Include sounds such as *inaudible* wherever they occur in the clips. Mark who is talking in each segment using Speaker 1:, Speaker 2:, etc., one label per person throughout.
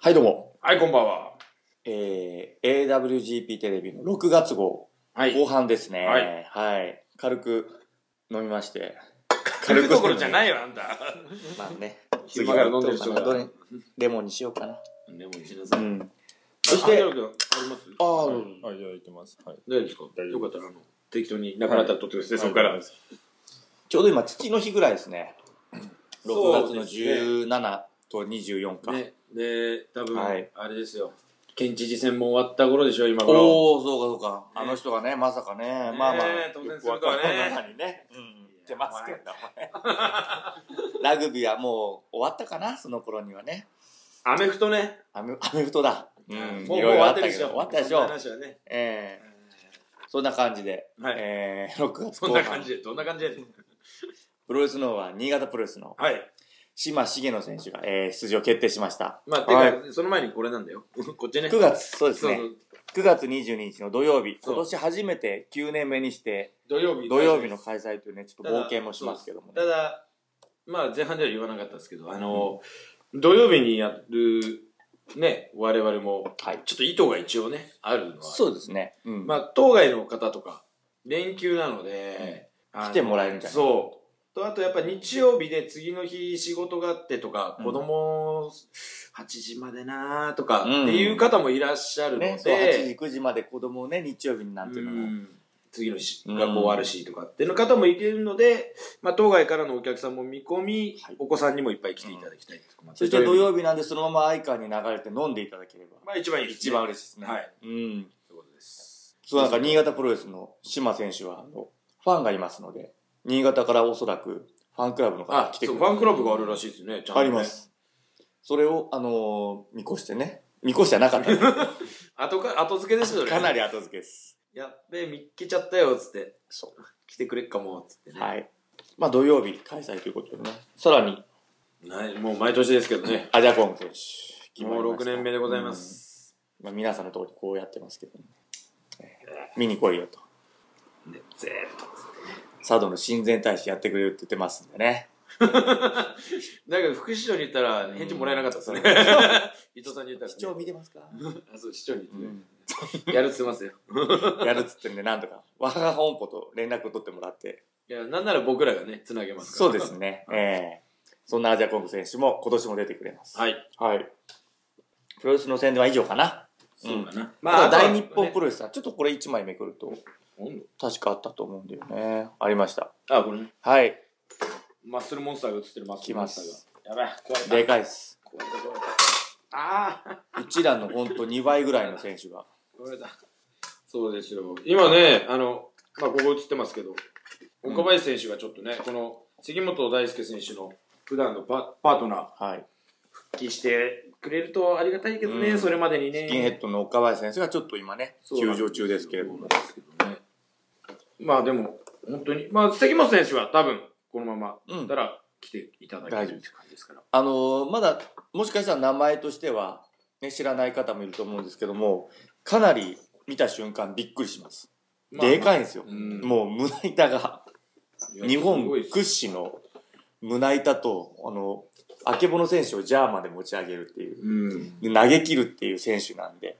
Speaker 1: はい、どうも。
Speaker 2: はい、こんばんは。
Speaker 1: えー、AWGP テレビの6月号、
Speaker 2: はい。
Speaker 1: 後半ですね。。
Speaker 2: はい
Speaker 1: 軽く飲みまして。
Speaker 2: 軽いところじゃないよ、あんた。
Speaker 1: まあね。
Speaker 2: 昼間から飲んでる人が
Speaker 1: どれレモンにしようかな。
Speaker 2: でも、石田さ。
Speaker 1: うんん。
Speaker 2: そ
Speaker 1: そ
Speaker 2: し、
Speaker 1: してて
Speaker 2: あ、ります
Speaker 1: ああ、
Speaker 3: はい、いただいてます。はい。
Speaker 2: 大丈夫ですか
Speaker 3: 大丈
Speaker 2: よ
Speaker 3: 夫
Speaker 2: かったら、あの、適当になくなったら取ってください、そこから。
Speaker 1: ちょうど今、父の日ぐらいですね。6月の
Speaker 2: そう
Speaker 1: 17と24か。
Speaker 2: ね。で、多分、
Speaker 1: はい
Speaker 2: あれですよ。県知事選も終わった頃でしょ、今頃。
Speaker 1: おおそうかそうか。あの人がね、まさかね、まあまあ、
Speaker 2: 当選すると
Speaker 1: この
Speaker 2: はね。
Speaker 1: 中にね、言ってますけどね。 *laughs* ラグビーはもう終わったかな、その頃にはね。
Speaker 2: アメフトね。
Speaker 1: アメアメフトだ。う
Speaker 2: も
Speaker 1: い
Speaker 2: うもう
Speaker 1: ろい
Speaker 2: 終
Speaker 1: ろ
Speaker 2: わ
Speaker 1: あ
Speaker 2: っ
Speaker 1: ってた
Speaker 2: る
Speaker 1: け
Speaker 2: でし
Speaker 1: ど、
Speaker 2: ょ。
Speaker 1: 終わったでし
Speaker 2: そん
Speaker 1: ょ
Speaker 2: な。話はね。
Speaker 1: ええそんな感じで、
Speaker 2: はい。
Speaker 1: えー、6月
Speaker 2: そん
Speaker 1: 後
Speaker 2: な感
Speaker 1: 半
Speaker 2: じ、で、どんな感じで。
Speaker 1: プロレスの方は新潟プロレスの
Speaker 2: はい。
Speaker 1: 島重野選手が、えー、出場決定しました。
Speaker 2: まあ、て
Speaker 1: は
Speaker 2: か、その前にこれなんだよ。 *laughs* こっちね。
Speaker 1: 9月、そうです
Speaker 2: そうそ
Speaker 1: ね。
Speaker 2: う。
Speaker 1: 9月22日の土曜日、
Speaker 2: そう
Speaker 1: 今年初めて9年目にして、
Speaker 2: 土曜日。
Speaker 1: 土曜日の開催というね、ちょっと冒険もしますけどもね
Speaker 2: た。だ、まあ前半では言わなかったですけど、あの、土曜日にやる、ね、我々も、
Speaker 1: はい。
Speaker 2: ちょっと意図が一応ね、あるのは。
Speaker 1: そうですね。うん。
Speaker 2: まあ、当該の方とか、連休なので、あの
Speaker 1: 来てもらえるんじゃない
Speaker 2: そう。と、あとやっぱ日曜日で次の日仕事があってとか、
Speaker 1: うん
Speaker 2: 子供、8時までなーとか、
Speaker 1: うん
Speaker 2: っていう方もいらっしゃるので、
Speaker 1: ね、そう、8時、9時まで子供をね、日曜日になんていうの
Speaker 2: う
Speaker 1: も。
Speaker 2: ん次の日
Speaker 1: うん
Speaker 2: 学校終わるしとかっていう方もいけるので、まあ、当該からのお客さんも見込み、
Speaker 1: はい
Speaker 2: お子さんにもいっぱい来ていただきたいってこともあって
Speaker 1: そして土曜日なんで、そのままアイカーに流れて飲んでいただければ。
Speaker 2: まあ一番いいですね
Speaker 1: 一番嬉しいですね。
Speaker 2: はい。
Speaker 1: うん。
Speaker 2: ということです
Speaker 1: そう、なんか、新潟プロレスの島選手は、あの、ファンがいますので、新潟からおそらく、ファンクラブの方が
Speaker 2: あ
Speaker 1: 来て
Speaker 2: そ
Speaker 1: く
Speaker 2: う
Speaker 1: れ
Speaker 2: ファンクラブがあるらしいですねちゃんと
Speaker 1: あ
Speaker 2: ね
Speaker 1: ります。それを、あのー見越してね。見越してはな
Speaker 2: *laughs*
Speaker 1: かったね。
Speaker 2: 後か後付けですよね
Speaker 1: かなり後付けです。
Speaker 2: やっべえ見っけちゃったよっつって
Speaker 1: そ
Speaker 2: 来てくれっかもっつってね、
Speaker 1: はい。まあ、土曜日開催ということでね。さらに、
Speaker 2: ないもう毎年ですけどね
Speaker 1: アジャコング選手決ま
Speaker 2: も
Speaker 1: りました。
Speaker 2: う6年目でございます、
Speaker 1: うん。まあ、皆さんのところにこうやってますけどね。えー見に来いよと。
Speaker 2: ねぜーっと
Speaker 1: 佐渡の親善大使やってくれるって言ってますんでね。
Speaker 2: だけど副市長に言ったら返事もらえなかったですね、 *laughs* 伊藤さんに言ったら、ね、
Speaker 1: 市長見てますか、
Speaker 2: *laughs* あそう市長に言ってね、
Speaker 1: うん
Speaker 2: *laughs* やるっつってますよ。
Speaker 1: やるっつってんで、なんとか、我が本舗と連絡を取ってもらって。
Speaker 2: いや、なんなら僕らがね、つなげますか
Speaker 1: そ
Speaker 2: ら。
Speaker 1: うです。ね。ええそんなアジアコング選手も今年も出てくれます。
Speaker 2: はい。
Speaker 1: はい。プロレスの宣伝は以上かな。
Speaker 2: そうかな。
Speaker 1: まあ、
Speaker 2: とは
Speaker 1: 大日本プロレスさん、ちょっとこれ1枚めくると、
Speaker 2: 温
Speaker 1: 確かあったと思うんだよね。ありました。
Speaker 2: 度あ、これね。
Speaker 1: はい。
Speaker 2: マッスルモンスターが映ってるマッスルモンスターが。やばい、壊れ
Speaker 1: でかいっす。
Speaker 2: た。壊れた、壊れた。ああ、
Speaker 1: 一覧のほんと2倍ぐらいの選手が。
Speaker 2: 壊れた。そうですよ。今ね、あの、まあ、ここ映ってますけど、
Speaker 1: うん
Speaker 2: 岡林選手がちょっとね、この、杉本大輔選手の普段のパパートナー、
Speaker 1: はい。
Speaker 2: 復帰してくれるとありがたいけどね、
Speaker 1: うん
Speaker 2: それまでにね。
Speaker 1: スキンヘッドの岡林選手がちょっと今ね、休場中ですけれども。
Speaker 2: ねまあでも、本当に、まあ、関本選手は多分、このまま、
Speaker 1: うん
Speaker 2: たら来ていただけ
Speaker 1: 大
Speaker 2: る
Speaker 1: 丈夫
Speaker 2: って感じですから。
Speaker 1: あのーまだもしかしたら名前としては、ね、知らない方もいると思うんですけどもかなり見た瞬間びっくりします、でかいんですよ、
Speaker 2: うん
Speaker 1: もう胸板が
Speaker 2: いや
Speaker 1: 日
Speaker 2: す
Speaker 1: 本
Speaker 2: ごいです
Speaker 1: 屈指の胸板とあのあけぼの選手をジャーまで持ち上げるっていう
Speaker 2: うん。
Speaker 1: で投げ切るっていう選手なんで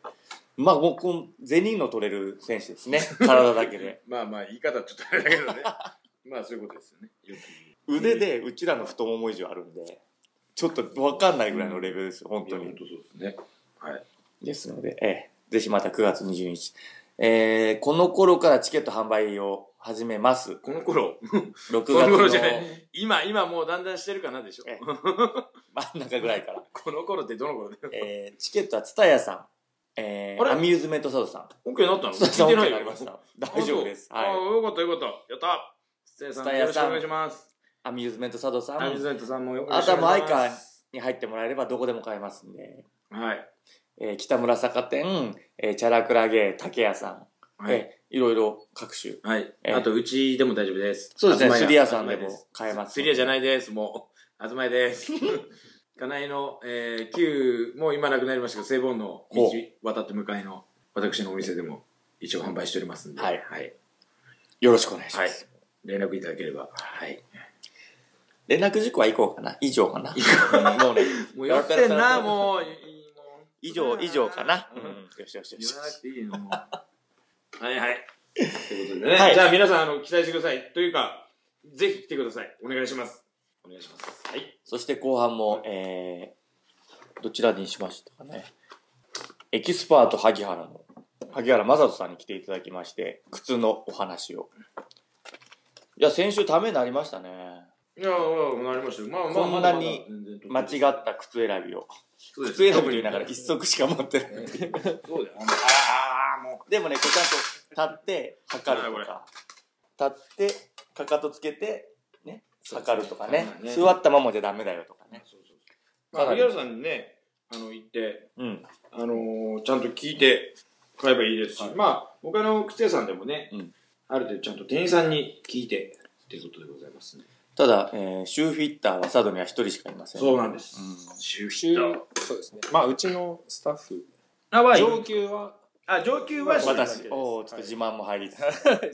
Speaker 1: まあもうこの銭の取れる選手ですね体だけで
Speaker 2: まあまあ、言い方ちょっとあれだけどね。まあ、そういうことですよね。よく
Speaker 1: 腕でうちらの太もも以上あるんでちょっと分かんないぐらいのレベルですよ本当
Speaker 2: 言ういや
Speaker 1: に
Speaker 2: 本当そうですね。はい。
Speaker 1: ですので、ええ、ぜひまた9月20日、えーこの頃からチケット販売を始めます。
Speaker 2: この頃、
Speaker 1: 6月
Speaker 2: この頃じゃな
Speaker 1: の
Speaker 2: い。今、今もうだんだんしてるかなでしょ
Speaker 1: え。真ん中ぐらいから。
Speaker 2: この頃ってどの頃だよ。
Speaker 1: えーチケットは蔦屋さん、えー
Speaker 2: あれ
Speaker 1: アミューズメントサドさん。
Speaker 2: OK になったの
Speaker 1: 蔦屋さん、
Speaker 2: 聞いて
Speaker 1: OK
Speaker 2: な
Speaker 1: に
Speaker 2: い
Speaker 1: な
Speaker 2: よ
Speaker 1: りました。大丈夫です。
Speaker 2: ああ、
Speaker 1: はい。
Speaker 2: よかったよかった。やったステイさ
Speaker 1: ス
Speaker 2: ん、
Speaker 1: テイ
Speaker 2: よろしく
Speaker 1: さん
Speaker 2: お願いします。
Speaker 1: アミューズメントサドさ
Speaker 2: アミズ
Speaker 1: ん
Speaker 2: メントさんもよろ
Speaker 1: あ
Speaker 2: しく
Speaker 1: と
Speaker 2: お
Speaker 1: はもう
Speaker 2: 願
Speaker 1: アイ
Speaker 2: い
Speaker 1: カ
Speaker 2: し
Speaker 1: ー
Speaker 2: ます。
Speaker 1: に入ってもらえればどこでも買えますんで、
Speaker 2: はい。
Speaker 1: えー北村坂店、えーチャラクラゲー、竹屋さん、
Speaker 2: はい。
Speaker 1: えーいろいろ各種。
Speaker 2: はい。
Speaker 1: ええ
Speaker 2: あと、うちでも大丈夫です。
Speaker 1: そうですね
Speaker 2: 東
Speaker 1: スリヤさんでも
Speaker 2: 東
Speaker 1: 買えます
Speaker 2: スリヤじゃないです。もう、あずまいです。 *laughs* 金井の、えー、旧、もう今なくなりましたけど、聖本の
Speaker 1: ほ
Speaker 2: 道
Speaker 1: う
Speaker 2: 渡って向かいの、私のお店でも一応販売しておりますんで、
Speaker 1: はい
Speaker 2: はい。
Speaker 1: よろしくお願いします。
Speaker 2: はい連絡いただければ。はい。
Speaker 1: *laughs* 連絡事項は以降かな以上かな。うんもうね。
Speaker 2: もう寄ってんな、もう。いいも
Speaker 1: 以上、以上かな。う
Speaker 2: うん
Speaker 1: ん。よしよしよし
Speaker 2: 言。わなくていいのもう *laughs* はいはいということでね、
Speaker 1: はい
Speaker 2: じゃあ皆さんあの期待してくださいというかぜひ来てくださいお願いしますお願いしますはい
Speaker 1: そして後半も、えー、どちらにしましたかね。エキスパート萩原の、萩原正人さんに来ていただきまして、靴のお話を。いや、先週ためになりましたね。
Speaker 2: いやいやなりましたよまあまあ
Speaker 1: こんなに間違
Speaker 2: っ
Speaker 1: った靴選びを。
Speaker 2: そうです
Speaker 1: 靴選びと言いながら一足しか持ってない。
Speaker 2: *laughs* そうだよあのあーも
Speaker 1: でもね、こうちゃんと立って測るとか、立って、かかとつけて、ね、
Speaker 2: そう
Speaker 1: 測るとかね
Speaker 2: そうだね
Speaker 1: 座ったままじゃダメだよとか
Speaker 2: う
Speaker 1: ね。
Speaker 2: そうそうまあ
Speaker 1: かなり
Speaker 2: 萩原さんにねあの行って
Speaker 1: うん。
Speaker 2: あのーちゃんと聞いて買えばいいですし、
Speaker 1: はい
Speaker 2: まあ他の靴屋さんでもね、
Speaker 1: うん
Speaker 2: ある程度ちゃんと店員さんに聞いてっていうことでございますね
Speaker 1: ただ、えーシューフィッターは佐渡には一人しかいません。
Speaker 2: そうなんです、
Speaker 1: う
Speaker 2: シューフィ
Speaker 3: 週
Speaker 2: ッター
Speaker 3: そうですねまあうちのスタッフ
Speaker 2: あはい
Speaker 3: 上級は
Speaker 2: あ上級は
Speaker 3: そうなん
Speaker 1: 私
Speaker 3: です
Speaker 1: おおちょっと自慢も入りつつ、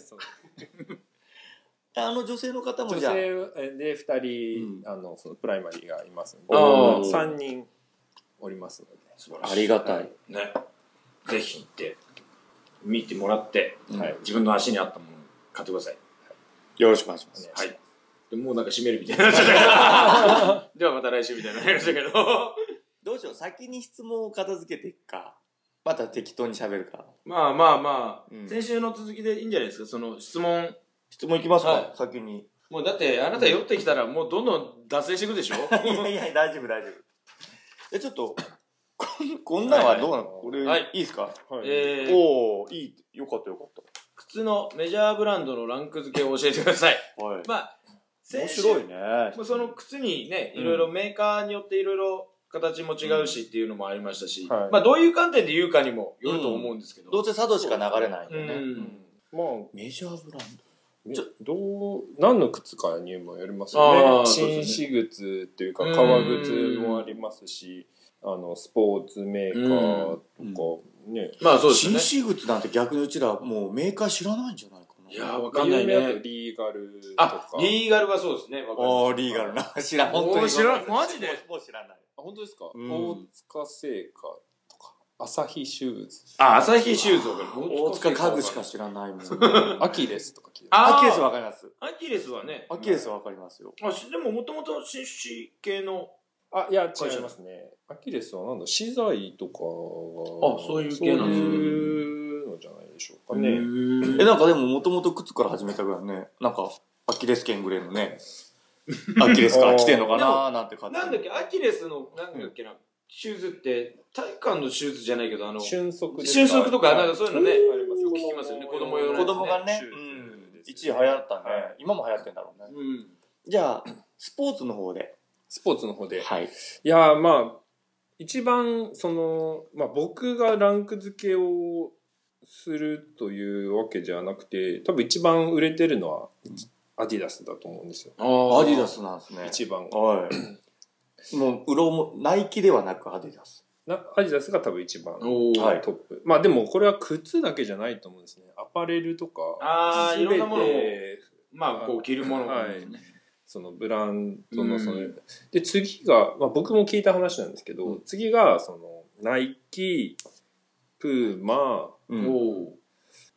Speaker 3: そう
Speaker 1: *laughs* あの女性の方も
Speaker 3: 女
Speaker 1: じゃあ
Speaker 3: 性で2人、
Speaker 1: うん
Speaker 3: あのそのプライマリーがいますので
Speaker 2: お
Speaker 1: ー
Speaker 3: 3人おりますので
Speaker 2: 素晴
Speaker 1: ありがたい、
Speaker 2: ねぜひ行って見てもらって、
Speaker 1: うん
Speaker 3: はい
Speaker 2: 自分の足に合ったものを買ってください
Speaker 1: よろしくお願いします、
Speaker 2: はいでもうなんか閉めるみた
Speaker 1: *laughs*
Speaker 2: いになっちゃったからではまた来週みたいになりましたけど *laughs*
Speaker 1: どうしよう先に質問を片付けていくかまた適当に喋るか
Speaker 2: まあまあまあ、
Speaker 1: うん
Speaker 2: 先週の続きでいいんじゃないですかその質問
Speaker 1: 質問いきますか、
Speaker 2: は
Speaker 1: 先 *laughs* に
Speaker 2: もうだってあなた酔ってきたらもうどんどん脱線していくでし
Speaker 1: *laughs*
Speaker 2: ょ
Speaker 1: いやいや大丈夫大丈夫えちょっとこんこんなんはどうなの、
Speaker 3: はい
Speaker 1: これ、
Speaker 2: はい
Speaker 1: い、いですか、
Speaker 3: はい
Speaker 2: えー、
Speaker 1: おおいいよかったよかっ
Speaker 2: 靴のメジャーブランドのランク付けを教えてください。
Speaker 1: た、はい
Speaker 2: まあ、
Speaker 1: 面
Speaker 2: 先週
Speaker 1: 白いね
Speaker 2: もうその靴にね、
Speaker 1: うん
Speaker 2: いろいろメーカーによっていろいろ形も違うしっていうのもありましたし、
Speaker 3: はい
Speaker 2: まあどういう観点で言うかにもよると思うんですけど。
Speaker 1: どうせ佐渡しか流れないんでね、
Speaker 2: うん
Speaker 3: まあ
Speaker 1: メジャーブラン
Speaker 3: ね
Speaker 1: ちょ
Speaker 3: どう何の靴から入門よります
Speaker 2: あ
Speaker 3: よ
Speaker 2: ー
Speaker 3: ね
Speaker 2: そうで
Speaker 3: 紳
Speaker 2: す
Speaker 3: 士靴っていうか革靴もありますしあのスポーツメーカーとかね
Speaker 2: まあそ
Speaker 1: ド
Speaker 2: うですね
Speaker 1: 紳。士靴なんて逆にうちらもうメーカー知らないんじゃないかない
Speaker 2: いやー、わ
Speaker 3: ま
Speaker 2: か
Speaker 3: あ
Speaker 2: んな
Speaker 3: 有
Speaker 2: い
Speaker 3: 名だと
Speaker 2: ね。
Speaker 3: リーガルと
Speaker 2: あ
Speaker 3: か、
Speaker 2: リーガルはそうですね。わかりま
Speaker 1: お
Speaker 2: し
Speaker 1: おリーガルな *laughs* 知らん本当
Speaker 2: お
Speaker 1: に
Speaker 2: ー知らんマジで
Speaker 1: もうもう知らない
Speaker 3: あ本当ですか、
Speaker 1: うん
Speaker 3: 大塚製菓とか朝日シューズ
Speaker 2: たあ、朝日シューズわかる。
Speaker 1: 大塚家具しか知らない
Speaker 2: *laughs*
Speaker 1: もん
Speaker 3: アキレスとか聞いた
Speaker 2: あ
Speaker 1: アキ
Speaker 2: アキ
Speaker 1: レ
Speaker 2: レ
Speaker 1: ス
Speaker 2: ス
Speaker 1: わ
Speaker 2: は。
Speaker 1: かります
Speaker 2: アキレスはね。
Speaker 1: アキレスわかりますよ
Speaker 2: あ、しでももともと紳士系の
Speaker 3: あいや違いますねアキレスはなんだ資材とかが
Speaker 2: あそういう系なん
Speaker 1: ですね
Speaker 3: そういうのじゃないでしょうかね、
Speaker 2: ね。
Speaker 1: えなんかでももともと靴から始めたぐらいねなんかアキレス腱ぐらいの *laughs* ねアキレスから来てんのかなーなんて感じ
Speaker 2: なんだっけ、アキレスの、なんだっけな、シューズって、体育館のシューズじゃないけど、あの、
Speaker 3: 瞬足です
Speaker 2: 瞬足とか、なんかそういうのね、
Speaker 3: あります
Speaker 2: よく聞きますよね子供用の
Speaker 1: 子供がね
Speaker 3: シューズ
Speaker 1: うん
Speaker 3: ですね
Speaker 1: 一時流行ったね
Speaker 3: はい
Speaker 1: 今も流行ってんだろうね
Speaker 2: うん。
Speaker 1: じゃあスポーツの方で
Speaker 3: スポーツの方で
Speaker 1: はい
Speaker 3: いやーまあ一番その、まあ、僕がランク付けをするというわけじゃなくて多分一番売れてるのはアディダスだと思うんですよ
Speaker 1: ア
Speaker 2: ア
Speaker 1: ディダ。スなんですね
Speaker 3: 一番が
Speaker 1: はいもううろもナイキではなくアディダス
Speaker 3: なアディダスが多分一番
Speaker 2: おー
Speaker 1: はい
Speaker 3: トップまあでもこれは靴だけじゃないと思うんですねアパレルとか
Speaker 2: あーいろんなものを
Speaker 3: 全て
Speaker 2: まあ、こう、着るもの
Speaker 3: はい
Speaker 2: ですね
Speaker 3: そのブランドのその、
Speaker 2: うん
Speaker 3: で次が、まあ、僕も聞いた話なんですけど、
Speaker 1: う
Speaker 3: 次がそのナイキプーマ
Speaker 1: う
Speaker 2: お
Speaker 1: ん
Speaker 2: お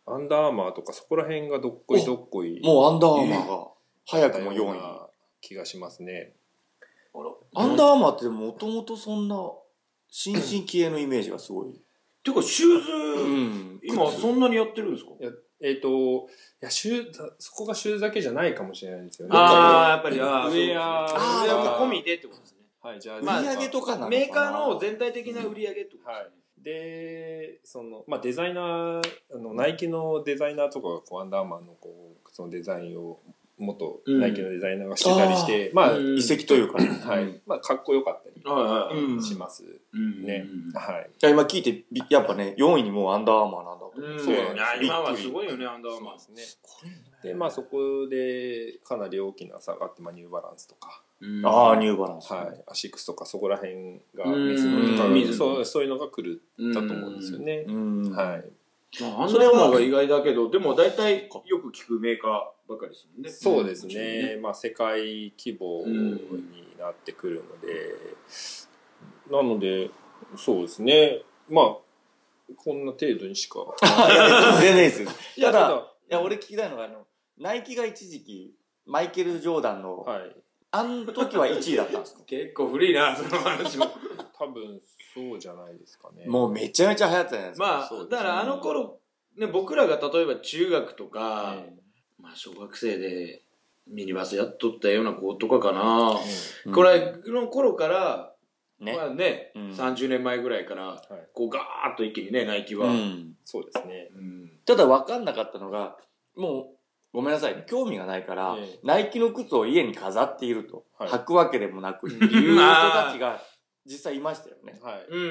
Speaker 3: アンダーアーマーとかそこら辺がどっこいどっこい
Speaker 1: もうアンダーアーマーが早くも
Speaker 3: よう
Speaker 1: 4位
Speaker 3: な気がしますね。
Speaker 1: アンダーアーマーってもともとそんな新進気鋭のイメージがすごい。
Speaker 2: てか、シュー
Speaker 1: う
Speaker 2: ズ、
Speaker 1: ん
Speaker 2: 今、そんなにやってるんですか
Speaker 3: いやえっ、といやシューそこがシューズだけじゃないかもしれないんですよね。
Speaker 2: ああ、やっぱり、あ
Speaker 3: ウェア
Speaker 2: あ
Speaker 1: あー
Speaker 2: そうですねウェアも込みでってことですね。
Speaker 3: はいじゃあ、
Speaker 2: まあ
Speaker 1: 売り上げとかなのかな
Speaker 2: メーカーの全体的な売り上げってことですね。
Speaker 3: でそのまあデザイナーあのナイキのデザイナーとかがこうアンダーマンのこうそのデザインを元
Speaker 2: うん
Speaker 3: ナイキのデザイナーがしてたりして、まあ、
Speaker 2: う
Speaker 1: 遺
Speaker 2: ん
Speaker 1: 跡というかね。
Speaker 3: は
Speaker 1: うん
Speaker 3: いまあかっこよかったり
Speaker 2: はいはいはい
Speaker 1: うん
Speaker 3: します、
Speaker 2: うん
Speaker 3: ねは
Speaker 1: い
Speaker 3: い
Speaker 1: や今聞いてびやっぱね4位にもうアンダーアーマーなんだと。
Speaker 2: うん。
Speaker 3: そう
Speaker 2: い
Speaker 3: な
Speaker 2: や
Speaker 3: んですよ
Speaker 2: 今はすごいよね、アンダーマン。
Speaker 3: そうですねでまあそこでかなり大きな差があって、まあ、ニューバランスとか、
Speaker 2: うん
Speaker 1: ああニューバランス。
Speaker 3: はい、アシックスとかそこら辺が
Speaker 2: うん
Speaker 3: 水野とか
Speaker 1: うん
Speaker 3: そうそういうのが来る
Speaker 2: うん
Speaker 3: だと思うんですよね、
Speaker 1: うん。
Speaker 3: はい
Speaker 2: まあアンダーマンが意外だけど、でも大体よく聞くメーカーばかりですもんね。
Speaker 3: そうですね、まあ、世界規模になってくるので、なのでそうですね。まあ、こんな程度にしか。
Speaker 1: 全然いいです。い
Speaker 3: *laughs* いや、
Speaker 1: ただ
Speaker 3: ただ、
Speaker 1: や、俺聞きたいのが、あの、ナイキが一時期、マイケル・ジョーダンの、
Speaker 3: はい。
Speaker 1: あの時は1位だったんです
Speaker 2: *laughs*
Speaker 1: か
Speaker 2: 結構古いな、その話も。
Speaker 3: 多分、そうじゃないですかね。
Speaker 1: もうめちゃめちゃ流行ったじゃないですか。
Speaker 2: まあ
Speaker 3: そうです、ね
Speaker 2: だからあの頃、ね、僕らが例えば中学とか、
Speaker 3: え
Speaker 2: まあ小学生でミニバスやっとったような子とかかな。
Speaker 3: え
Speaker 1: うん
Speaker 2: これの頃から、
Speaker 1: ね。
Speaker 2: まあね、
Speaker 1: うん
Speaker 2: 30年前ぐらいから、
Speaker 3: はい
Speaker 2: こうガーッと一気にね、ナイキは。
Speaker 1: うん
Speaker 3: そうですね。
Speaker 2: うん
Speaker 1: ただ分かんなかったのが、もう、ごめんなさいね、興味がないから、
Speaker 3: ええ
Speaker 1: ナイキの靴を家に飾っていると、
Speaker 3: はい
Speaker 1: 履くわけでもなくっていう人た
Speaker 2: *laughs*
Speaker 1: ちが実際いましたよね。
Speaker 3: はい。
Speaker 2: うんう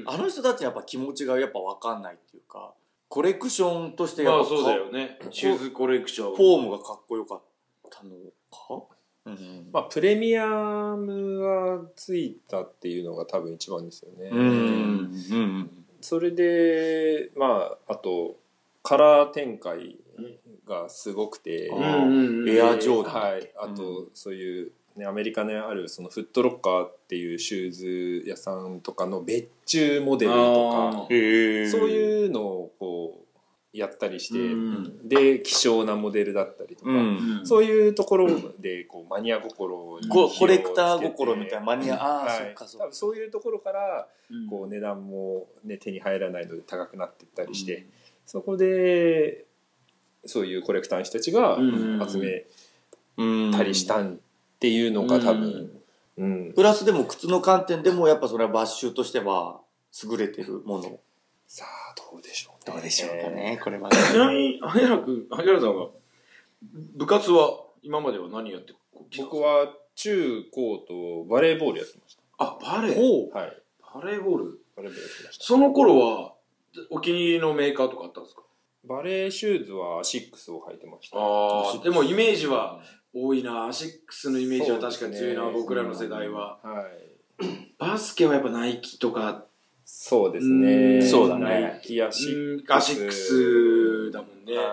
Speaker 2: ん
Speaker 1: あの人たちのやっぱ気持ちがやっぱ分かんないっていうか、コレクションとして
Speaker 2: うん。
Speaker 1: やっ
Speaker 2: ま
Speaker 1: ぱ
Speaker 2: あそうだよね。シューズコレクション。
Speaker 1: フォームがかっこよかったのか、うん
Speaker 3: まあ、プレミアムがついたっていうのが多分一番ですよね。
Speaker 1: うんうん
Speaker 3: それで、まあ、あと、カラー展開がすごくて、
Speaker 1: う
Speaker 2: うんんうん。
Speaker 1: エアジョーダン
Speaker 3: はい、あと、そういう、ね、アメリカにあるそのフットロッカーっていうシューズ屋さんとかの別注モデルと
Speaker 2: あー
Speaker 1: へ
Speaker 3: かそういうのをこうやったりして、
Speaker 2: うん
Speaker 3: で希少なモデルだったりとか、
Speaker 1: うん
Speaker 2: うん
Speaker 3: そういうところでこうマニア心に
Speaker 1: こ
Speaker 3: 火をつけて
Speaker 1: コレクター心みたいなマニア、ああ、
Speaker 3: はい、
Speaker 1: そっかそっ
Speaker 3: 多
Speaker 1: か
Speaker 3: 分そういうところからこう値段も、ね、手に入らないので高くなっていったりして、そこでそういうコレクターの人たちが
Speaker 2: うん
Speaker 3: 集め
Speaker 1: うん
Speaker 3: たりしたんっていうのが多分、うん
Speaker 1: プラスでも靴の観点でもやっぱそれはバッシュとしては優れてるもの
Speaker 3: さあどうでしょう
Speaker 1: どうでしょうかね、これは
Speaker 2: ちなみに、萩原君、萩原さんは、部活は今までは何やってこう来たんです
Speaker 3: 僕
Speaker 2: か
Speaker 3: は中高とバレーボールやってまし
Speaker 2: あ、バレー
Speaker 1: おう
Speaker 3: たはい
Speaker 2: バレーボール
Speaker 3: バレーボールやってました
Speaker 2: その頃は、お気に入りのメーカーとかあったんですか
Speaker 3: バレーシューズはアシックスを履いてました
Speaker 2: あ
Speaker 1: あ
Speaker 2: でもイメージは多いな。アシックスのイメージは確かに強いな、
Speaker 3: そうですね
Speaker 2: 僕らの世代は。
Speaker 3: はい
Speaker 2: バスケはやっぱナイキとか、
Speaker 3: そうですね
Speaker 2: うん
Speaker 1: そうだね
Speaker 3: ナイキアシッ
Speaker 2: うんアシックスだもん
Speaker 3: クス
Speaker 2: ね。
Speaker 3: は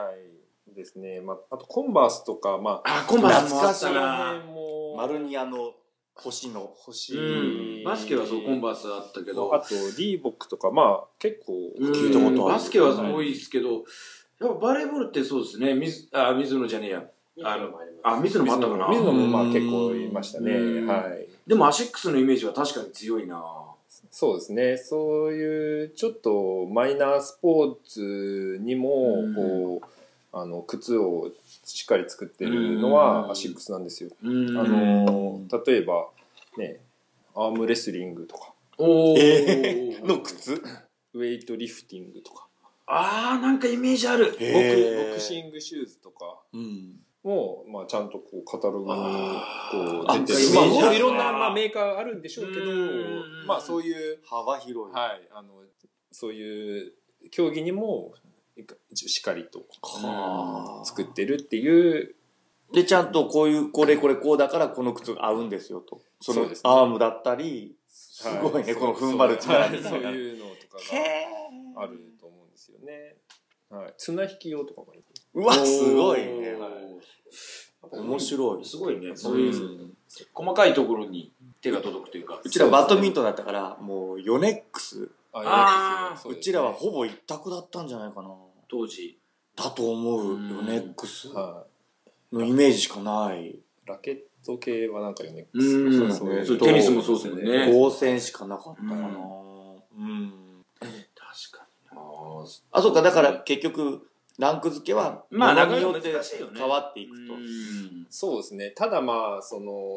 Speaker 3: いですねまああとコンバースとかまあ
Speaker 2: あ、コンバース
Speaker 1: 懐
Speaker 2: もあ
Speaker 1: か
Speaker 2: っ
Speaker 1: しい
Speaker 2: たな。
Speaker 3: も
Speaker 1: 丸にあの星の
Speaker 3: 星
Speaker 2: うん、バスケはそう、コンバースあったけど
Speaker 3: あ。とリーボックとかまあ結構
Speaker 2: うん
Speaker 1: 聞いたことある
Speaker 2: バスケは
Speaker 3: は
Speaker 2: 多いですけど、やっぱバレーボールってそうですね。水、あ、水野じゃねえや。あの、あ、水野もあったかな。
Speaker 3: 水野もまあ結構いましたね
Speaker 2: うん
Speaker 3: はい
Speaker 2: でもアシックスのイメージは確かに強いな
Speaker 3: そうですねそういうちょっとマイナースポーツにも
Speaker 2: うん
Speaker 3: こうあの靴をしっかり作ってるの
Speaker 2: う
Speaker 3: は
Speaker 2: ん
Speaker 3: アシックスなんですよ
Speaker 2: うん
Speaker 3: あの例えばねアームレスリングとか
Speaker 2: おー
Speaker 1: えの靴
Speaker 3: ウェイトリフティングとか
Speaker 2: あー、なんかイメージある。
Speaker 3: ボ
Speaker 1: へー
Speaker 3: クボクシングシューズとか
Speaker 1: うん
Speaker 3: も、まあ、ちゃんとこうカタログに
Speaker 2: あ
Speaker 3: こう
Speaker 2: ー
Speaker 3: 出
Speaker 1: あ
Speaker 3: て
Speaker 1: イ
Speaker 3: る
Speaker 1: メ
Speaker 3: まあ
Speaker 1: ージある
Speaker 3: もういろんな、まあ、メーカーあるんでしょうけど
Speaker 2: うん
Speaker 3: まあそういう、
Speaker 1: 幅広い、
Speaker 3: はい、あのそういう競技にもしっかりと
Speaker 1: はあ
Speaker 3: 作ってるっていう
Speaker 1: でちゃんとこういうこれこれこうだからこの靴が合うんですよとその
Speaker 3: そうですね
Speaker 1: アームだったりすごいね、
Speaker 3: は
Speaker 1: この踏ん張る力み
Speaker 3: そ
Speaker 1: た
Speaker 3: う
Speaker 1: いな
Speaker 3: はいそう
Speaker 1: へ
Speaker 3: いうのとか
Speaker 1: え
Speaker 3: があると思うんですよね、はい、綱引き用とかもいる
Speaker 1: うわすごいね
Speaker 2: おー
Speaker 1: 面白い
Speaker 2: すごいね。
Speaker 1: そ
Speaker 2: そうう
Speaker 1: い、
Speaker 2: いうう、細かいところに手が届くというか。
Speaker 1: うちらバドミントンだったからもうヨネックス
Speaker 2: あー
Speaker 3: いいですよ
Speaker 1: う
Speaker 3: そうです
Speaker 1: ちらはほぼ一択だったんじゃないかな
Speaker 2: 当時。
Speaker 1: だと思う、
Speaker 2: うん
Speaker 1: ヨネックス
Speaker 3: は
Speaker 1: のイメージしかない
Speaker 3: い、ラケット系はなんかよね
Speaker 2: うん
Speaker 3: そうそう
Speaker 1: そうテニスも
Speaker 2: そうですよね
Speaker 3: そう
Speaker 1: 合戦しかなかったかな、う
Speaker 2: う
Speaker 1: ん
Speaker 2: 確かにな
Speaker 1: あそうかだから、結局ランク付けは
Speaker 2: まあ
Speaker 1: ものによ
Speaker 2: な
Speaker 1: っ
Speaker 2: か
Speaker 1: て
Speaker 2: なか難しいよね
Speaker 1: 変わっていくと、
Speaker 2: うん
Speaker 3: そうですね。ただまあ、その、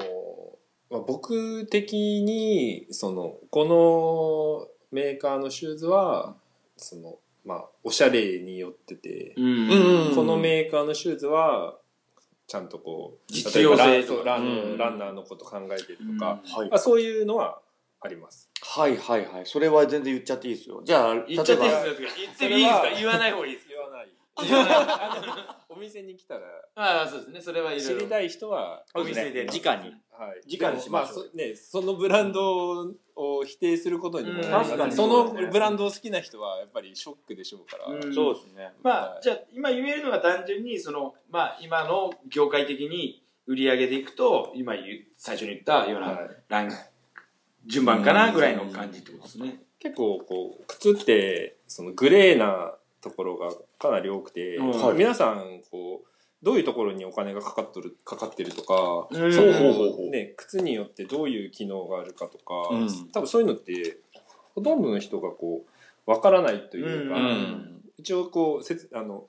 Speaker 3: まあ、僕的に、その、このメーカーのシューズは、その、まあ、おしゃれによってて、
Speaker 1: うん
Speaker 3: このメーカーのシューズは、ちゃんとこう、
Speaker 2: 実用性
Speaker 3: 例えばランそうラン
Speaker 1: うん
Speaker 3: ランナーのこと考えてるとか、
Speaker 2: うん
Speaker 1: はい
Speaker 3: あ、そういうのはあります。
Speaker 1: はいはいはいそれは全然言っちゃっていいですよじゃあ
Speaker 2: 言っちゃっていい
Speaker 1: 例え
Speaker 2: で
Speaker 1: ば
Speaker 2: すか言ってもいいですか言わない方がいいです
Speaker 3: 言わない。お店に来たら、
Speaker 2: ああ、そうですね。それはいろい
Speaker 3: 知
Speaker 2: ろ。
Speaker 3: りたい人は、
Speaker 1: お店で直に
Speaker 3: はい、
Speaker 1: 直にしましょう
Speaker 3: でもあそね、そのブランドを否定することにもなります
Speaker 1: うん確かに
Speaker 3: そ
Speaker 1: そう
Speaker 3: の
Speaker 1: だね
Speaker 3: ブランドを好きな人はやっぱりショックでしょうから、
Speaker 2: うん
Speaker 1: そうですね
Speaker 2: ま
Speaker 3: は
Speaker 2: あ、
Speaker 3: い
Speaker 2: じゃあ、今言えるのが単純に、その、まあ、今の業界的に売り上げでいくと、今言う最初に言ったような
Speaker 3: はい
Speaker 2: ラン順番かな
Speaker 1: うん
Speaker 2: ぐらいの感じってことですね。
Speaker 3: 結構こう靴ってそのグレーなところがかなり多くて、
Speaker 2: うん
Speaker 1: はい
Speaker 3: 皆さんこうどういうところにお金がかかっとるかかってるとか、
Speaker 2: うん
Speaker 3: その
Speaker 1: ほうほうほう
Speaker 3: ね、靴によってどういう機能があるかとか、
Speaker 1: うん
Speaker 3: 多分そういうのってほとんどの人がこうわからないというか、
Speaker 2: うん
Speaker 3: 一応こうせつあの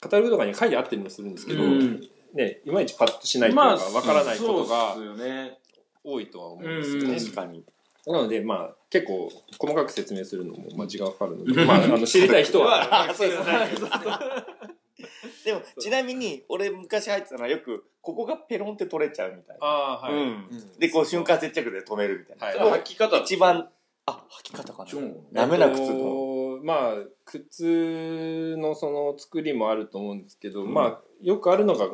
Speaker 3: カタログとかに書いてあったりもするんですけど、
Speaker 2: うん
Speaker 3: ね、いまいちパッとしないというかわからないことが
Speaker 2: そうですよね。
Speaker 3: 多いとは思うんですよね。
Speaker 2: うん
Speaker 1: 確かに。
Speaker 3: なので、まあ、結構、細かく説明するのも、まあ、時間かかるの
Speaker 2: う
Speaker 3: で、
Speaker 2: ん
Speaker 3: まあ、あ
Speaker 2: *laughs*
Speaker 3: の知りたい人は、
Speaker 2: は、そうですね。
Speaker 1: でも、ちなみに、俺昔入ってたのはよく、ここがペロンって取れちゃうみたいな。
Speaker 3: ああ、
Speaker 1: う
Speaker 3: はい。
Speaker 1: んで、こう瞬間接着で止めるみたいな。
Speaker 3: はい
Speaker 1: そ
Speaker 3: も
Speaker 1: れ
Speaker 2: 履き方
Speaker 1: が一番、あ、履き方かな。ダメな靴
Speaker 3: えっ
Speaker 1: の。
Speaker 3: とまあ、靴のその作りもあると思うんですけど、
Speaker 1: うん
Speaker 3: まあ、よくあるのが、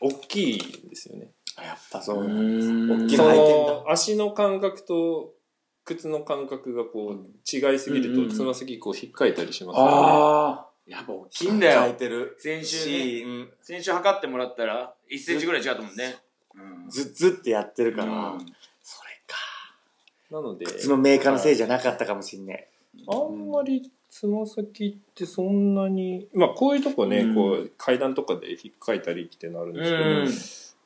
Speaker 3: 大きいんですよね。
Speaker 1: あやっぱそうう。
Speaker 2: ん
Speaker 1: 大きい
Speaker 3: そ
Speaker 1: の履いてんだ
Speaker 3: の、足の感覚と、靴の感覚がこう、違いすぎ
Speaker 2: うんう
Speaker 3: る
Speaker 2: んう
Speaker 3: と、
Speaker 2: ん
Speaker 3: つま先こう、引っかいたりしますよね。
Speaker 2: ああ。やっぱ大きいんだ
Speaker 1: 履い
Speaker 2: よ。
Speaker 1: てる。
Speaker 2: 先週
Speaker 1: し、
Speaker 2: ね、
Speaker 1: うん
Speaker 2: 先週測ってもらったら、1センチぐらい違ったもんね。うん
Speaker 1: ずっずってやってるから、
Speaker 2: うん
Speaker 1: それか。
Speaker 3: なので、
Speaker 1: 靴のメーカーのせいじゃなかったかもしんない。
Speaker 3: あんまりつま先ってそんなに、まあこういうとこね、
Speaker 2: うん
Speaker 3: こう階段とかで引っかいたりってなるんですけど、
Speaker 2: うん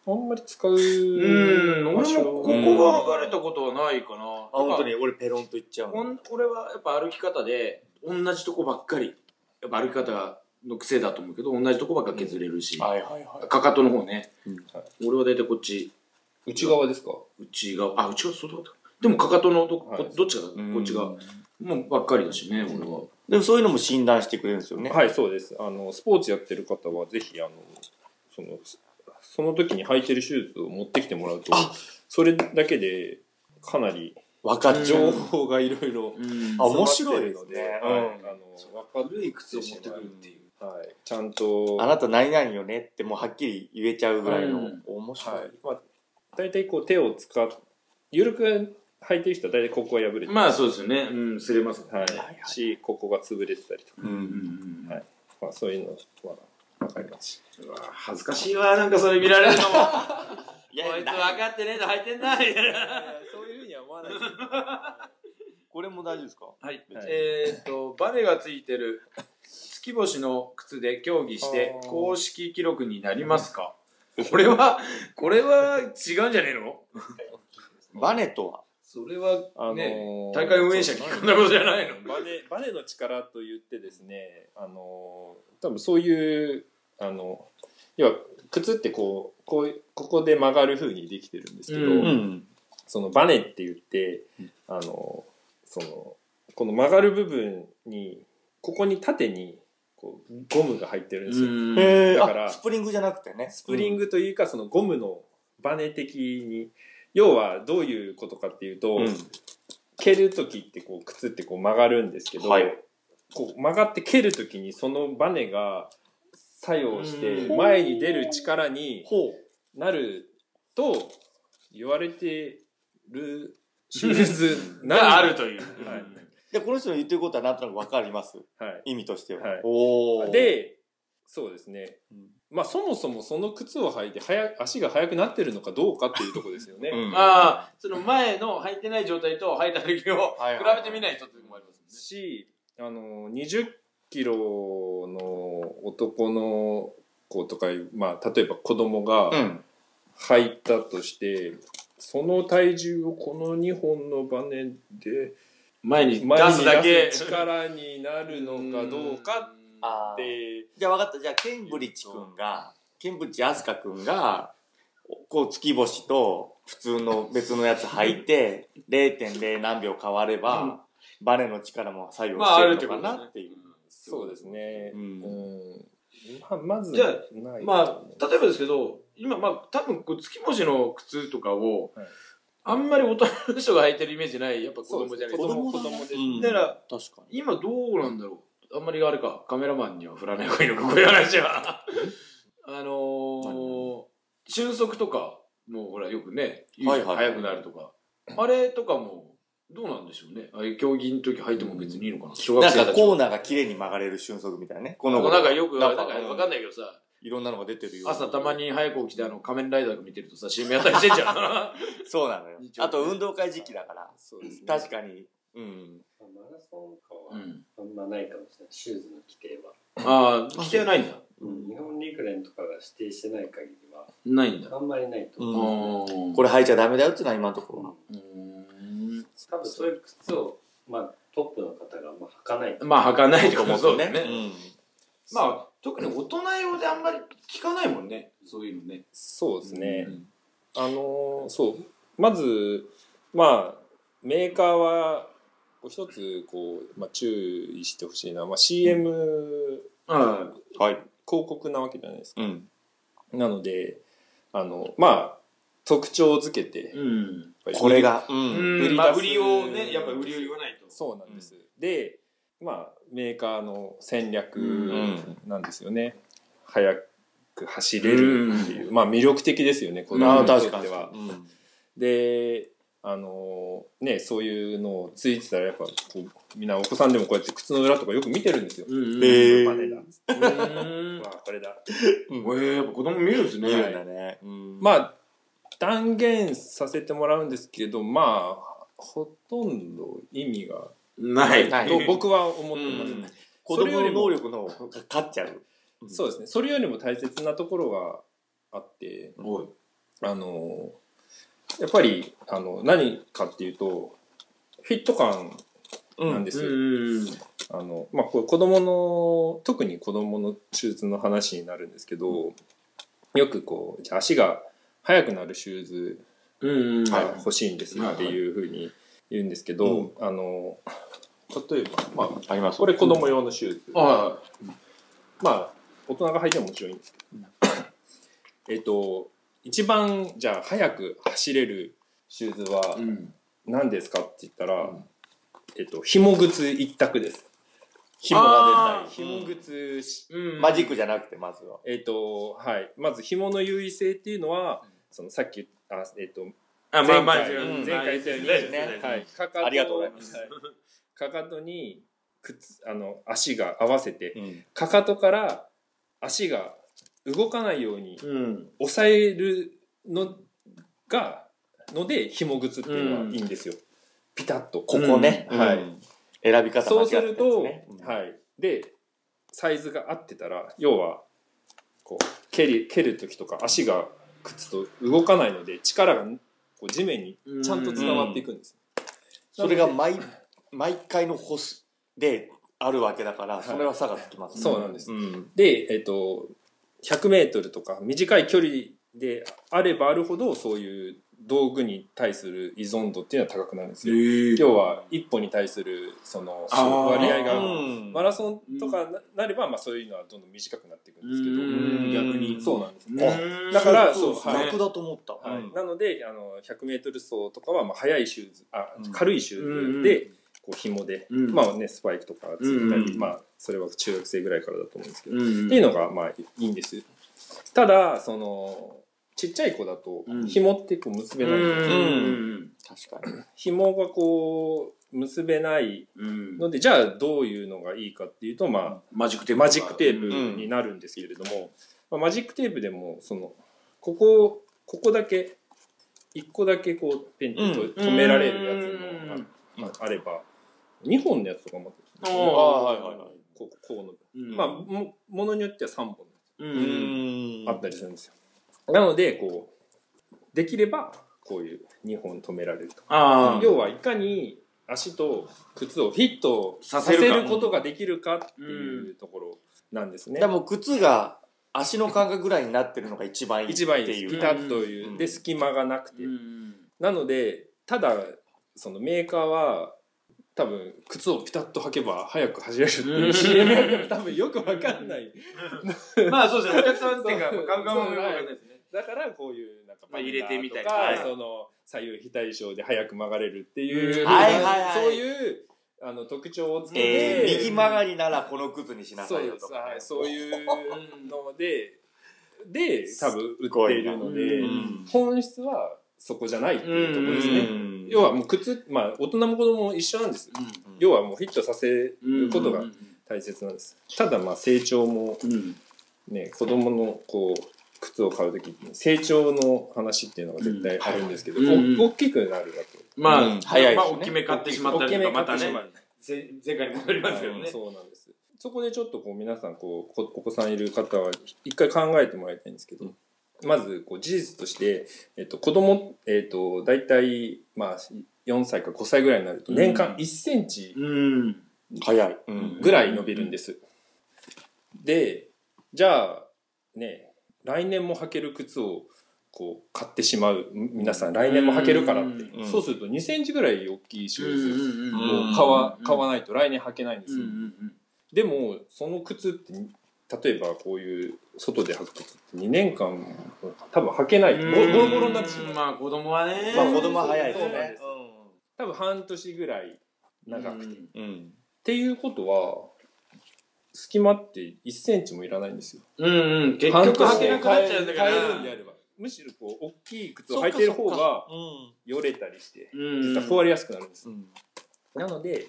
Speaker 3: あんまり使う
Speaker 2: うん、
Speaker 3: 場
Speaker 2: 俺も
Speaker 3: 所
Speaker 2: ここ
Speaker 1: が
Speaker 2: が剥がれたことはないかな。あ、
Speaker 1: あ、本当に俺ペロンといっちゃう
Speaker 2: ほ
Speaker 1: の。
Speaker 2: ん俺はやっぱ歩き方で同じとこばっかりやっぱ歩き方の癖だと思うけど同じとこばっか削れるし、
Speaker 1: はいはいは
Speaker 2: かかとの方ね、
Speaker 1: うん
Speaker 2: 俺は大体こっち
Speaker 3: 内側ですか
Speaker 2: 内側あ内側外側だでもかかとのど,こ、
Speaker 3: はい
Speaker 2: どっちかだこ
Speaker 1: い。
Speaker 2: っちが
Speaker 1: うん
Speaker 2: もうばっかりだしね俺は、
Speaker 1: でもそういうのも診断してくれるんですよね。
Speaker 3: はい、そうです。あの、スポーツやってる方はぜひ、あの、その、その時に履いてるシューズを持ってきてもらうと、それだけでかなり
Speaker 1: 分かっちゃ
Speaker 3: 情
Speaker 1: う。
Speaker 3: 報がいろいろ
Speaker 2: うん
Speaker 1: あ面白いですねう
Speaker 3: 詰まってるので
Speaker 1: ん
Speaker 3: はいあの、分か
Speaker 2: 古い靴を持ってくるっていう
Speaker 3: はい、ちゃんと、
Speaker 1: あなた何々よねってもうはっきり言えちゃうぐらいの
Speaker 2: うん
Speaker 1: 面白い。
Speaker 3: はいまあ、大体こう手を使っ緩く履いてる人は大体ここが破れてる、
Speaker 2: まあそうですよねうん擦れますね
Speaker 3: はい
Speaker 1: はい
Speaker 3: しここが潰れてたりとか、
Speaker 1: う
Speaker 2: うん
Speaker 1: ん
Speaker 2: うん
Speaker 3: はいまあ、そういうのは分かりますし
Speaker 2: うわ恥ずかしいわなんかそれ見られる *laughs* のもこ
Speaker 1: い
Speaker 2: い
Speaker 1: や
Speaker 2: つ分かってねえと履いてんなみたいな
Speaker 3: そういうふうには思わないで
Speaker 1: これも大丈夫ですか
Speaker 2: はい、
Speaker 3: はい
Speaker 2: えっ、とバネがついてる月星の靴で競技して
Speaker 3: あー
Speaker 2: 公式記録になりますかこれはこれは違うんじゃねえの
Speaker 1: バネとは
Speaker 2: それは
Speaker 3: あの
Speaker 2: ね
Speaker 3: ー
Speaker 2: 大会運営者に聞くんなことじゃないの
Speaker 3: バネバネの力と言ってですねあの多分そういうあの要は靴ってこうこういうここで曲がるふうにできてるんですけど、
Speaker 2: うん
Speaker 1: ん。
Speaker 3: そのバネって言って、あのそのこの曲がる部分にここに縦にこうゴムが入ってるんですよ、
Speaker 2: ん
Speaker 1: へえ。
Speaker 3: だから
Speaker 1: あスプリングじゃなくてね。
Speaker 3: スプリン
Speaker 1: グ。
Speaker 3: グというかそのゴムのバネ的に要はどういうことかっていうと、蹴る時ってこう靴ってこう曲がるんですけど、
Speaker 1: はい
Speaker 3: こう曲がって蹴る時にそのバネが作用して
Speaker 1: うん
Speaker 3: 前に出る力に
Speaker 1: ほ
Speaker 3: なると言われてるシューズなん
Speaker 2: があるという、
Speaker 3: はい
Speaker 1: で、この人の言ってることはなんとなくわかります。
Speaker 3: はい
Speaker 1: 意味としては。
Speaker 3: はい
Speaker 1: おお。、
Speaker 3: でそうですね
Speaker 1: うん
Speaker 3: まあそもそもその靴を履いて早く足が速くなってるのかどうかっていうとこで
Speaker 1: *laughs*
Speaker 3: すよね、
Speaker 2: ああその前の履いてない状態と履いた時を
Speaker 1: はい
Speaker 2: 比べてみないとっていうのもあります
Speaker 3: しあの20キロの男の子とか、まあ、例えば子供が
Speaker 1: うん。
Speaker 3: 履いたとして、その体重をこの2本のバネ
Speaker 2: もん
Speaker 3: で
Speaker 2: ね前に
Speaker 3: 前
Speaker 2: 出すだけ
Speaker 3: 出す力になるのかどうか
Speaker 1: あ
Speaker 3: っ
Speaker 1: ー
Speaker 3: て
Speaker 1: じゃあ分かった。じゃあ、ケンブリッジ君が、ケンブリッジ飛鳥君が、こう、月星と普通の別のやつ履い
Speaker 2: *laughs*
Speaker 1: て、0.0何秒変われ
Speaker 2: うん
Speaker 1: ば、バネの力も作用
Speaker 2: まああるっ
Speaker 1: しててるの
Speaker 2: こと
Speaker 1: か
Speaker 2: だ
Speaker 1: なっていう。
Speaker 3: そうですね、
Speaker 1: う
Speaker 3: うんんまあ、まず
Speaker 2: じゃあ
Speaker 3: ない
Speaker 2: まあ、例えばですけど、今、まあ、多分、こう月星の靴とかを、
Speaker 3: はい
Speaker 2: あんまり大人の人が履いてるイメージない、やっぱ子
Speaker 3: そう
Speaker 2: 供じ
Speaker 3: で
Speaker 2: ゃ
Speaker 3: す
Speaker 2: ないで
Speaker 3: ね子
Speaker 2: すか。
Speaker 3: 供
Speaker 1: 子
Speaker 3: 子
Speaker 1: 供だね
Speaker 3: 供です、
Speaker 1: うん
Speaker 2: だから、
Speaker 1: 確かに。
Speaker 2: 今どうなんだろう。あんまりあれか、カメラマンには振らない方がいいのか、こういう話
Speaker 1: *laughs*
Speaker 2: は。あのー、瞬足とか、もうほら、よくね、言うじゃん
Speaker 1: はいはい
Speaker 2: 速くなるとか。あれとかも、どうなんでしょうね。ああいう競技の時履いても別にいいのかな。小学
Speaker 1: なん
Speaker 2: 生
Speaker 1: か
Speaker 2: たちは
Speaker 1: コーナーが綺麗に曲がれる瞬足みたいなね。この
Speaker 2: なんかよく、
Speaker 1: な
Speaker 2: なんん
Speaker 1: か
Speaker 2: かわかんないけどさ、
Speaker 1: いろんなのが出てるよ。
Speaker 2: 朝たま。に早く起きてあの仮面ライダー見てるとさ CM やったりしてんじゃん
Speaker 1: そうなのよ。あと運動会時期だから。
Speaker 3: そうですね。
Speaker 1: 確かに。うん。
Speaker 4: マラソ
Speaker 2: *laughs* う
Speaker 4: ン
Speaker 2: ん
Speaker 4: かはあんまないかもしれない、シューズの規定は、
Speaker 2: *laughs* ああ規定はないんだ
Speaker 4: うん日本陸連とかが指定してない限りは
Speaker 2: ないんだ
Speaker 4: あんまりないと思う、
Speaker 1: うん
Speaker 2: こ
Speaker 1: これ履いちゃダメだよっていうのは今のところ。
Speaker 2: うん
Speaker 4: 多分そういう靴を、まあ、トップの方があんま履かない
Speaker 2: まあ履かないとか
Speaker 1: 思
Speaker 2: も
Speaker 1: っ
Speaker 2: そ
Speaker 1: て
Speaker 2: うだね、
Speaker 1: うん。
Speaker 2: まあ特に大人用であんまり聞かないもんねそういうのね
Speaker 3: そうですね
Speaker 2: う。ん
Speaker 3: あのーそうまずまあメーカーはこう一つこう、まあ、注意してほしいのは、まあ、CM 広
Speaker 2: あ
Speaker 1: はい。
Speaker 3: 告なわけじゃないですか。
Speaker 1: うん。
Speaker 3: なのであのまあ特徴づけて
Speaker 2: あうん
Speaker 3: やっぱり
Speaker 1: これが。う。
Speaker 2: うんん
Speaker 3: 売り出す
Speaker 2: まあ、売りをねやっぱ売りを言わないと
Speaker 3: そうなんです。で、まあ、メーカーの戦略なんですよね。速く走れるっていう、まあ、魅力的ですよね、こ
Speaker 1: あ
Speaker 3: の
Speaker 1: あ、
Speaker 3: 人に
Speaker 1: 確
Speaker 3: と
Speaker 1: か
Speaker 3: っ
Speaker 1: に
Speaker 3: ては。。
Speaker 1: うん
Speaker 3: で、あのね、そういうのをついてたら、やっぱこう、みんなお子さんでもこうやって靴の裏とかよく見てるんですよ。
Speaker 2: うんうん
Speaker 1: えー
Speaker 3: マネだ。
Speaker 2: うん
Speaker 3: まあ、これだ。
Speaker 2: えー、やっぱ子供見るんですね
Speaker 1: 見るんだね。うん
Speaker 3: まあ、断言させてもらうんですけど、まあ、ほとんど意味が、
Speaker 2: ない
Speaker 1: ない
Speaker 3: と僕は思ってます。
Speaker 1: うん子供の能力の方が勝っちゃう。
Speaker 3: そうですね。それよりも大切なところがあって、
Speaker 2: おい
Speaker 3: あの、やっぱり、あの、何かっていうと、フィット感
Speaker 1: う
Speaker 3: なん
Speaker 1: ん。
Speaker 3: ですよ。
Speaker 2: うん
Speaker 3: あの、まあ、これ子供の、特に子供の手術の話になるんですけど、よくこう、じゃあ足が速くなるシューズ
Speaker 2: うん
Speaker 3: が欲しいんですっていうふうに言うんですけど、
Speaker 1: うん
Speaker 3: あの、例えば、まあ、
Speaker 1: あります
Speaker 3: こ。れ子供用のシューズ。
Speaker 2: は、
Speaker 3: まあ、大人が履いてももちろんいいんですけど。えっと、一番、じゃあ、早く走れるシューズはい
Speaker 2: うん、
Speaker 3: 何ですかって言ったら、
Speaker 2: うん
Speaker 3: えっと、紐靴一択です。
Speaker 1: 紐が
Speaker 2: あー
Speaker 1: 出ない。
Speaker 3: 紐靴し、
Speaker 2: うん
Speaker 1: マジックじゃなくて、まずは。
Speaker 3: えっと、はい。まず、紐の優位性っていうのは、その、さっき、あえっと、
Speaker 2: あ
Speaker 3: 前回
Speaker 2: まあまあ
Speaker 1: うん
Speaker 3: 前回
Speaker 2: です
Speaker 1: ですね
Speaker 3: はい。かかと。
Speaker 1: ありがとうございます
Speaker 3: はいかかとに、靴、あの、足が合わせて、
Speaker 1: うん。
Speaker 3: かかとから足が動かないように
Speaker 2: うん
Speaker 3: 抑えるのがので紐靴っていうのはいいんですよ、ピタッと
Speaker 1: ここね。
Speaker 3: うんはい
Speaker 1: うん。選び方間違っ
Speaker 3: そうす
Speaker 1: てる
Speaker 3: る
Speaker 1: んです
Speaker 3: と、
Speaker 1: ねうん
Speaker 3: はいでサイズが合ってたら要はこう蹴り蹴る時とか足が靴と動かないので力がこう地面にちゃんと伝わっていくんです、
Speaker 1: それが毎、毎回のホスであるわけだから、それは差がつきますね。
Speaker 3: そうなんです
Speaker 1: うん。
Speaker 3: で、えっと、100m とか短い距離であればあるほどそういう道具に対する依存度っていうのは高くなるんですよ。要は一歩に対するその
Speaker 2: あー
Speaker 3: 割合
Speaker 1: う
Speaker 3: が
Speaker 1: ん
Speaker 3: マラソンとかななれば、まあ、そういうのはどんどん短くなっていくんですけど
Speaker 1: うん逆に
Speaker 3: そうなんです、
Speaker 2: うん
Speaker 3: だからそう
Speaker 2: ですね
Speaker 1: 楽だと思った。
Speaker 3: はい
Speaker 1: うん
Speaker 3: なのであの 100m 走とかはまあ速いシューズあ
Speaker 1: うん
Speaker 3: 軽いシューズで、
Speaker 2: う
Speaker 3: こう紐で、
Speaker 2: うん
Speaker 3: まあね、スパイクとかついたり、
Speaker 2: うん
Speaker 3: まあ、それは中学生ぐらいからだと思うんですけど、
Speaker 2: うん
Speaker 3: っていうのがまあいいんですただそのちっちゃい子だと
Speaker 2: うん
Speaker 3: 紐ってこう結べない、
Speaker 2: うん
Speaker 1: 確かに。
Speaker 3: 紐がこう結べない
Speaker 2: うん
Speaker 3: のでじゃあどういうのがいいかっていうとま
Speaker 2: マジック
Speaker 3: あ
Speaker 2: テープ
Speaker 3: マジックテープになるんですけれども、まあマジックテープでもそのここここだけ1個だけこうペンでと
Speaker 2: うん
Speaker 3: 止められるやつもあ,、
Speaker 1: うん
Speaker 3: まあ、あれば2本のやつとかもあ
Speaker 1: あ
Speaker 3: るんですよね
Speaker 2: おー
Speaker 1: あ、はいはいはい。
Speaker 3: こうこうの、
Speaker 2: うん
Speaker 3: まあもものによっては3本
Speaker 2: う
Speaker 1: うんん
Speaker 3: あったりするんですよ。なので、こう、できれば、こういう2本止められると。
Speaker 2: ああ
Speaker 3: 要はいかに足と靴をフィットさせ
Speaker 2: させ
Speaker 3: る
Speaker 2: る
Speaker 3: ことができるかっていうところなんですね。
Speaker 1: でも靴が足の感覚ぐらいになってるのが一番いいって
Speaker 3: 一番いいです。
Speaker 1: い
Speaker 3: ピ
Speaker 1: う。
Speaker 3: タッという、
Speaker 1: うん
Speaker 3: で、隙間がなくて。
Speaker 2: うん
Speaker 3: なので、ただ、そのメーカーは、多分靴をピタッと履けば早く走れるっていううん CM やっても多分よくわかんない。
Speaker 2: まあそうですねお客さんっていうかガンガンもよくわかんないですね
Speaker 3: だからこういうなんか
Speaker 2: まあ入れてみたり
Speaker 3: とか、
Speaker 1: はい
Speaker 3: その左右非対称で早く曲がれるっていう、
Speaker 2: うん
Speaker 1: はいはいはい
Speaker 3: そういうあの特徴をつけて、
Speaker 1: えー右曲がりならこの靴にしな
Speaker 3: そ
Speaker 1: さ
Speaker 3: う
Speaker 1: い
Speaker 3: で
Speaker 1: よと
Speaker 3: す、
Speaker 1: かね。
Speaker 3: はい、そういうのでで多分売っているので、
Speaker 2: うん
Speaker 3: 本質はそこじゃないっていうところですね、
Speaker 1: うん
Speaker 3: 要はもう靴まあ大人も子供も一緒なんです要はもうフィットさせることが大切なんです、ただまあ成長も
Speaker 2: うん
Speaker 3: ね、子供のこう、靴を買うときに成長の話っていうのが絶対あるんですけど、
Speaker 2: うんはいはい
Speaker 3: お大きくなるだと。
Speaker 2: まあ、
Speaker 1: うん早いですね
Speaker 2: まあ、大きめ買ってしまったりとか、また
Speaker 3: 大き
Speaker 2: ね
Speaker 3: め買っ、てしまう
Speaker 2: せ前回に戻りますけど
Speaker 3: はい
Speaker 2: ね。
Speaker 3: そうなんです。そこでちょっとこう皆さんこうこお子さんいる方は一回考えてもらいたいんですけど、まずこう事実として、えっと、子供、えっと、大体、まあ、4歳か5歳ぐらいになると年間1センチ
Speaker 2: うん。
Speaker 1: 早い。うん。
Speaker 3: ぐらい伸びるんです。で、じゃあ、ね、来年も履ける靴をこう買ってしまう。皆さん来年も履けるからって。
Speaker 2: うん
Speaker 1: うん
Speaker 3: そうすると2センチぐらい大きいシューズ
Speaker 2: うん
Speaker 1: う
Speaker 3: を
Speaker 1: んうんうん
Speaker 3: 買わ買わないと来年履けないんです
Speaker 2: うんう
Speaker 3: よ。
Speaker 2: ん
Speaker 3: でも、その靴って、例えばこういう外で履く靴って2年間多分履けない。ボ
Speaker 2: うん
Speaker 3: ロボロボロになってしまう。
Speaker 2: まあ、子供はね。
Speaker 1: まあ子供は早いです
Speaker 3: そうなん
Speaker 1: ね
Speaker 3: で。多分半年ぐらい長くて。っ
Speaker 2: うん
Speaker 1: うん。
Speaker 3: ていうことは、隙間って1センチもいらないんですよ。
Speaker 2: うんうん。結
Speaker 3: 半
Speaker 2: 局
Speaker 3: 年
Speaker 2: 履けなくなっちゃうんだから。
Speaker 3: 変えるんであればむしろこう大きい靴を履いてる方が
Speaker 1: うん。
Speaker 3: よれたりして
Speaker 2: うんうん
Speaker 3: 実は壊れやすくなるんです、
Speaker 1: うん。
Speaker 3: なので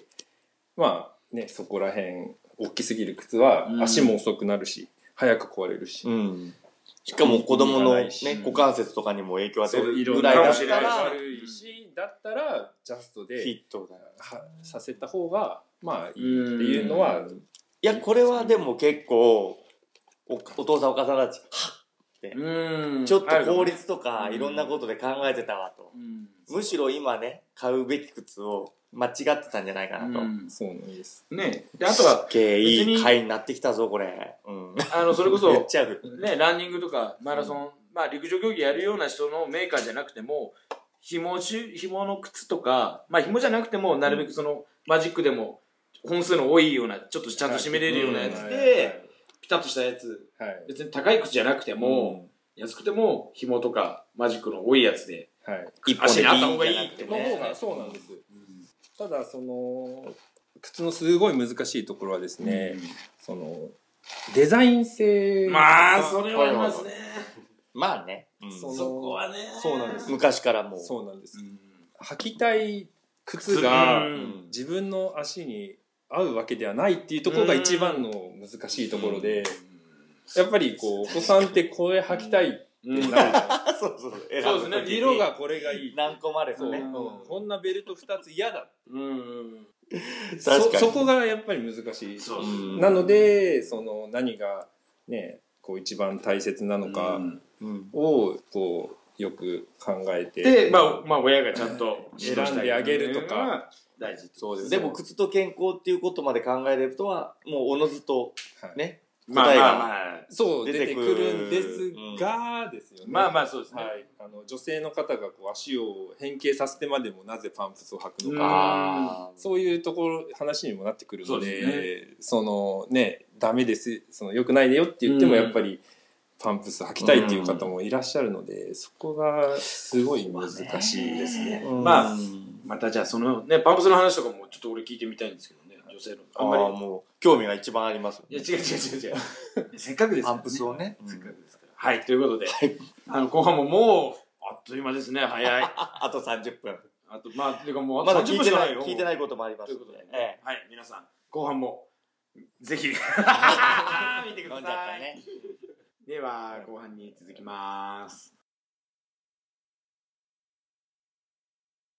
Speaker 3: まあねそこら辺大きすぎる靴は
Speaker 2: うん
Speaker 3: 足も遅くなるし、早く壊れるし、
Speaker 1: うん。しかも子供のね、股関節とかにも影響が出
Speaker 3: そうい
Speaker 1: る
Speaker 3: ろ
Speaker 1: ぐ
Speaker 3: んな
Speaker 1: らいだ
Speaker 2: かも
Speaker 1: っ
Speaker 2: しれ
Speaker 1: た
Speaker 2: ない
Speaker 1: ら、
Speaker 3: 悪いしだったらジャスト
Speaker 1: ヒ
Speaker 3: で
Speaker 1: ットだよ。
Speaker 3: はさせた方がまあいい
Speaker 2: うん
Speaker 3: っていうのは、
Speaker 1: いや、これはでも結構、おお父さんお母さんたち、
Speaker 2: うん。
Speaker 1: ちょっ
Speaker 2: あ
Speaker 1: と
Speaker 2: るかも
Speaker 1: 効率とか
Speaker 2: うん
Speaker 1: いろんなことで考えてたわと。
Speaker 2: うん
Speaker 1: むしろ今ね、買うべき靴を間違ってたんじゃないかなと。
Speaker 2: うん
Speaker 3: そうなんです
Speaker 2: ねで、あとは、
Speaker 1: け
Speaker 2: 別
Speaker 1: い
Speaker 2: に
Speaker 1: い回になってきたぞ、これ。うん。
Speaker 2: あの、それこ
Speaker 1: めっ
Speaker 2: そ、
Speaker 1: ちゃある。
Speaker 2: ね、ランニングとかマラソン、まあ陸上競技やるような人のメーカーじゃなくても、紐し、紐の靴とか、まあ紐じゃなくても、なるべくその、マジックでも、本数の多いような、ちょっとちゃんと締めれるようなやつで、ピタッとしたやつ、
Speaker 3: はいはい
Speaker 2: 別に高い靴じゃなくても、安くても、紐とか、マジックの多いやつで、
Speaker 3: はい、はい
Speaker 1: 一
Speaker 2: 足に合った
Speaker 1: 方
Speaker 2: 方
Speaker 1: が
Speaker 2: が
Speaker 1: い
Speaker 2: い
Speaker 1: いっ
Speaker 2: いってて
Speaker 3: の
Speaker 1: ね。
Speaker 3: 方がそうなんです、ただその靴のすごい難しいところはですね、そのデザイン性
Speaker 2: まあ、それはありますね。
Speaker 1: まあね。うん
Speaker 3: その
Speaker 2: そこはね。
Speaker 3: そうなんです
Speaker 1: 昔からもう。
Speaker 3: そうなんです、
Speaker 2: うん
Speaker 3: 履きたい靴
Speaker 2: う
Speaker 3: が
Speaker 2: ん
Speaker 1: うん
Speaker 3: 自分の足に合うわけではないっていうところが一番の難しいところで、やっぱりこうお子さんってこれ履きたいってなるじゃないです
Speaker 1: *laughs*
Speaker 3: か
Speaker 1: *laughs* そうそうそう。
Speaker 2: そうです
Speaker 1: 選ぶ
Speaker 2: ね
Speaker 1: 時に
Speaker 3: 色がこれがいい
Speaker 1: 何個もあれば
Speaker 3: そう、
Speaker 1: ね。
Speaker 2: ん
Speaker 3: こんなベルト2つ嫌だ
Speaker 2: うん。
Speaker 1: 確かに
Speaker 3: そそこがやっぱり難しい
Speaker 2: そう
Speaker 1: うん
Speaker 3: なのでその何がねこう一番大切なのか
Speaker 2: うん
Speaker 1: うん
Speaker 3: をこうよく考えて
Speaker 2: で、まあ、まあ、親がちゃんと
Speaker 3: 選んであげるとか、
Speaker 2: 大事。
Speaker 1: そうです。でも、靴と健康っていうことまで考えるとは、もうおのずと、
Speaker 3: はい
Speaker 1: ね。
Speaker 2: まあ
Speaker 1: 答え
Speaker 2: まあ
Speaker 1: が。
Speaker 2: まあ、
Speaker 3: そう
Speaker 1: 出
Speaker 3: 出
Speaker 1: て
Speaker 3: て
Speaker 1: く
Speaker 3: く
Speaker 1: る
Speaker 3: るんですが、ですよね。
Speaker 2: まあまあそうですね。
Speaker 3: はい、あの女性の方がこう足を変形させてまでもなぜパンプスを履くの
Speaker 2: うん
Speaker 3: か、
Speaker 1: あー
Speaker 3: そういうところ話にもなってくる
Speaker 2: そ
Speaker 3: の
Speaker 2: う
Speaker 3: で
Speaker 2: で
Speaker 3: そのねダメですその良くないでよって言っても
Speaker 2: うん
Speaker 3: やっぱりパンプス履きたいっていう方もいらっしゃるので、そこがすごい難しいですね。
Speaker 1: うん
Speaker 2: まあ
Speaker 1: うん
Speaker 2: またじゃあそのね、パンプスの話とかもちょっと俺聞いてみたいんですけどね、女性の。
Speaker 1: あ
Speaker 2: あんまり
Speaker 1: ー。もう、興味が一番ありますよ
Speaker 2: いや
Speaker 1: ね。
Speaker 2: 違う違う違う違う。 *laughs* せっかくですか
Speaker 1: パ
Speaker 2: ら
Speaker 1: ンプスをね。
Speaker 2: せっかくですから。はい、ということで、あの後半ももう、あっという間ですね、 *laughs* 早い。あ
Speaker 1: ああと30分。
Speaker 2: と、まあ、ていうかもう、
Speaker 1: まだ聞いてない、
Speaker 2: よ
Speaker 1: 聞いてないこともありま
Speaker 2: と
Speaker 1: す
Speaker 2: いう
Speaker 1: の
Speaker 2: ことで
Speaker 1: で
Speaker 2: ね。、
Speaker 1: え
Speaker 2: はい、皆さん、後半も、ぜ *laughs* ひ、
Speaker 1: え
Speaker 2: 見てく
Speaker 1: 飲
Speaker 2: だ
Speaker 1: んじゃった
Speaker 2: さい。
Speaker 1: ね。
Speaker 2: では、後半に続きます。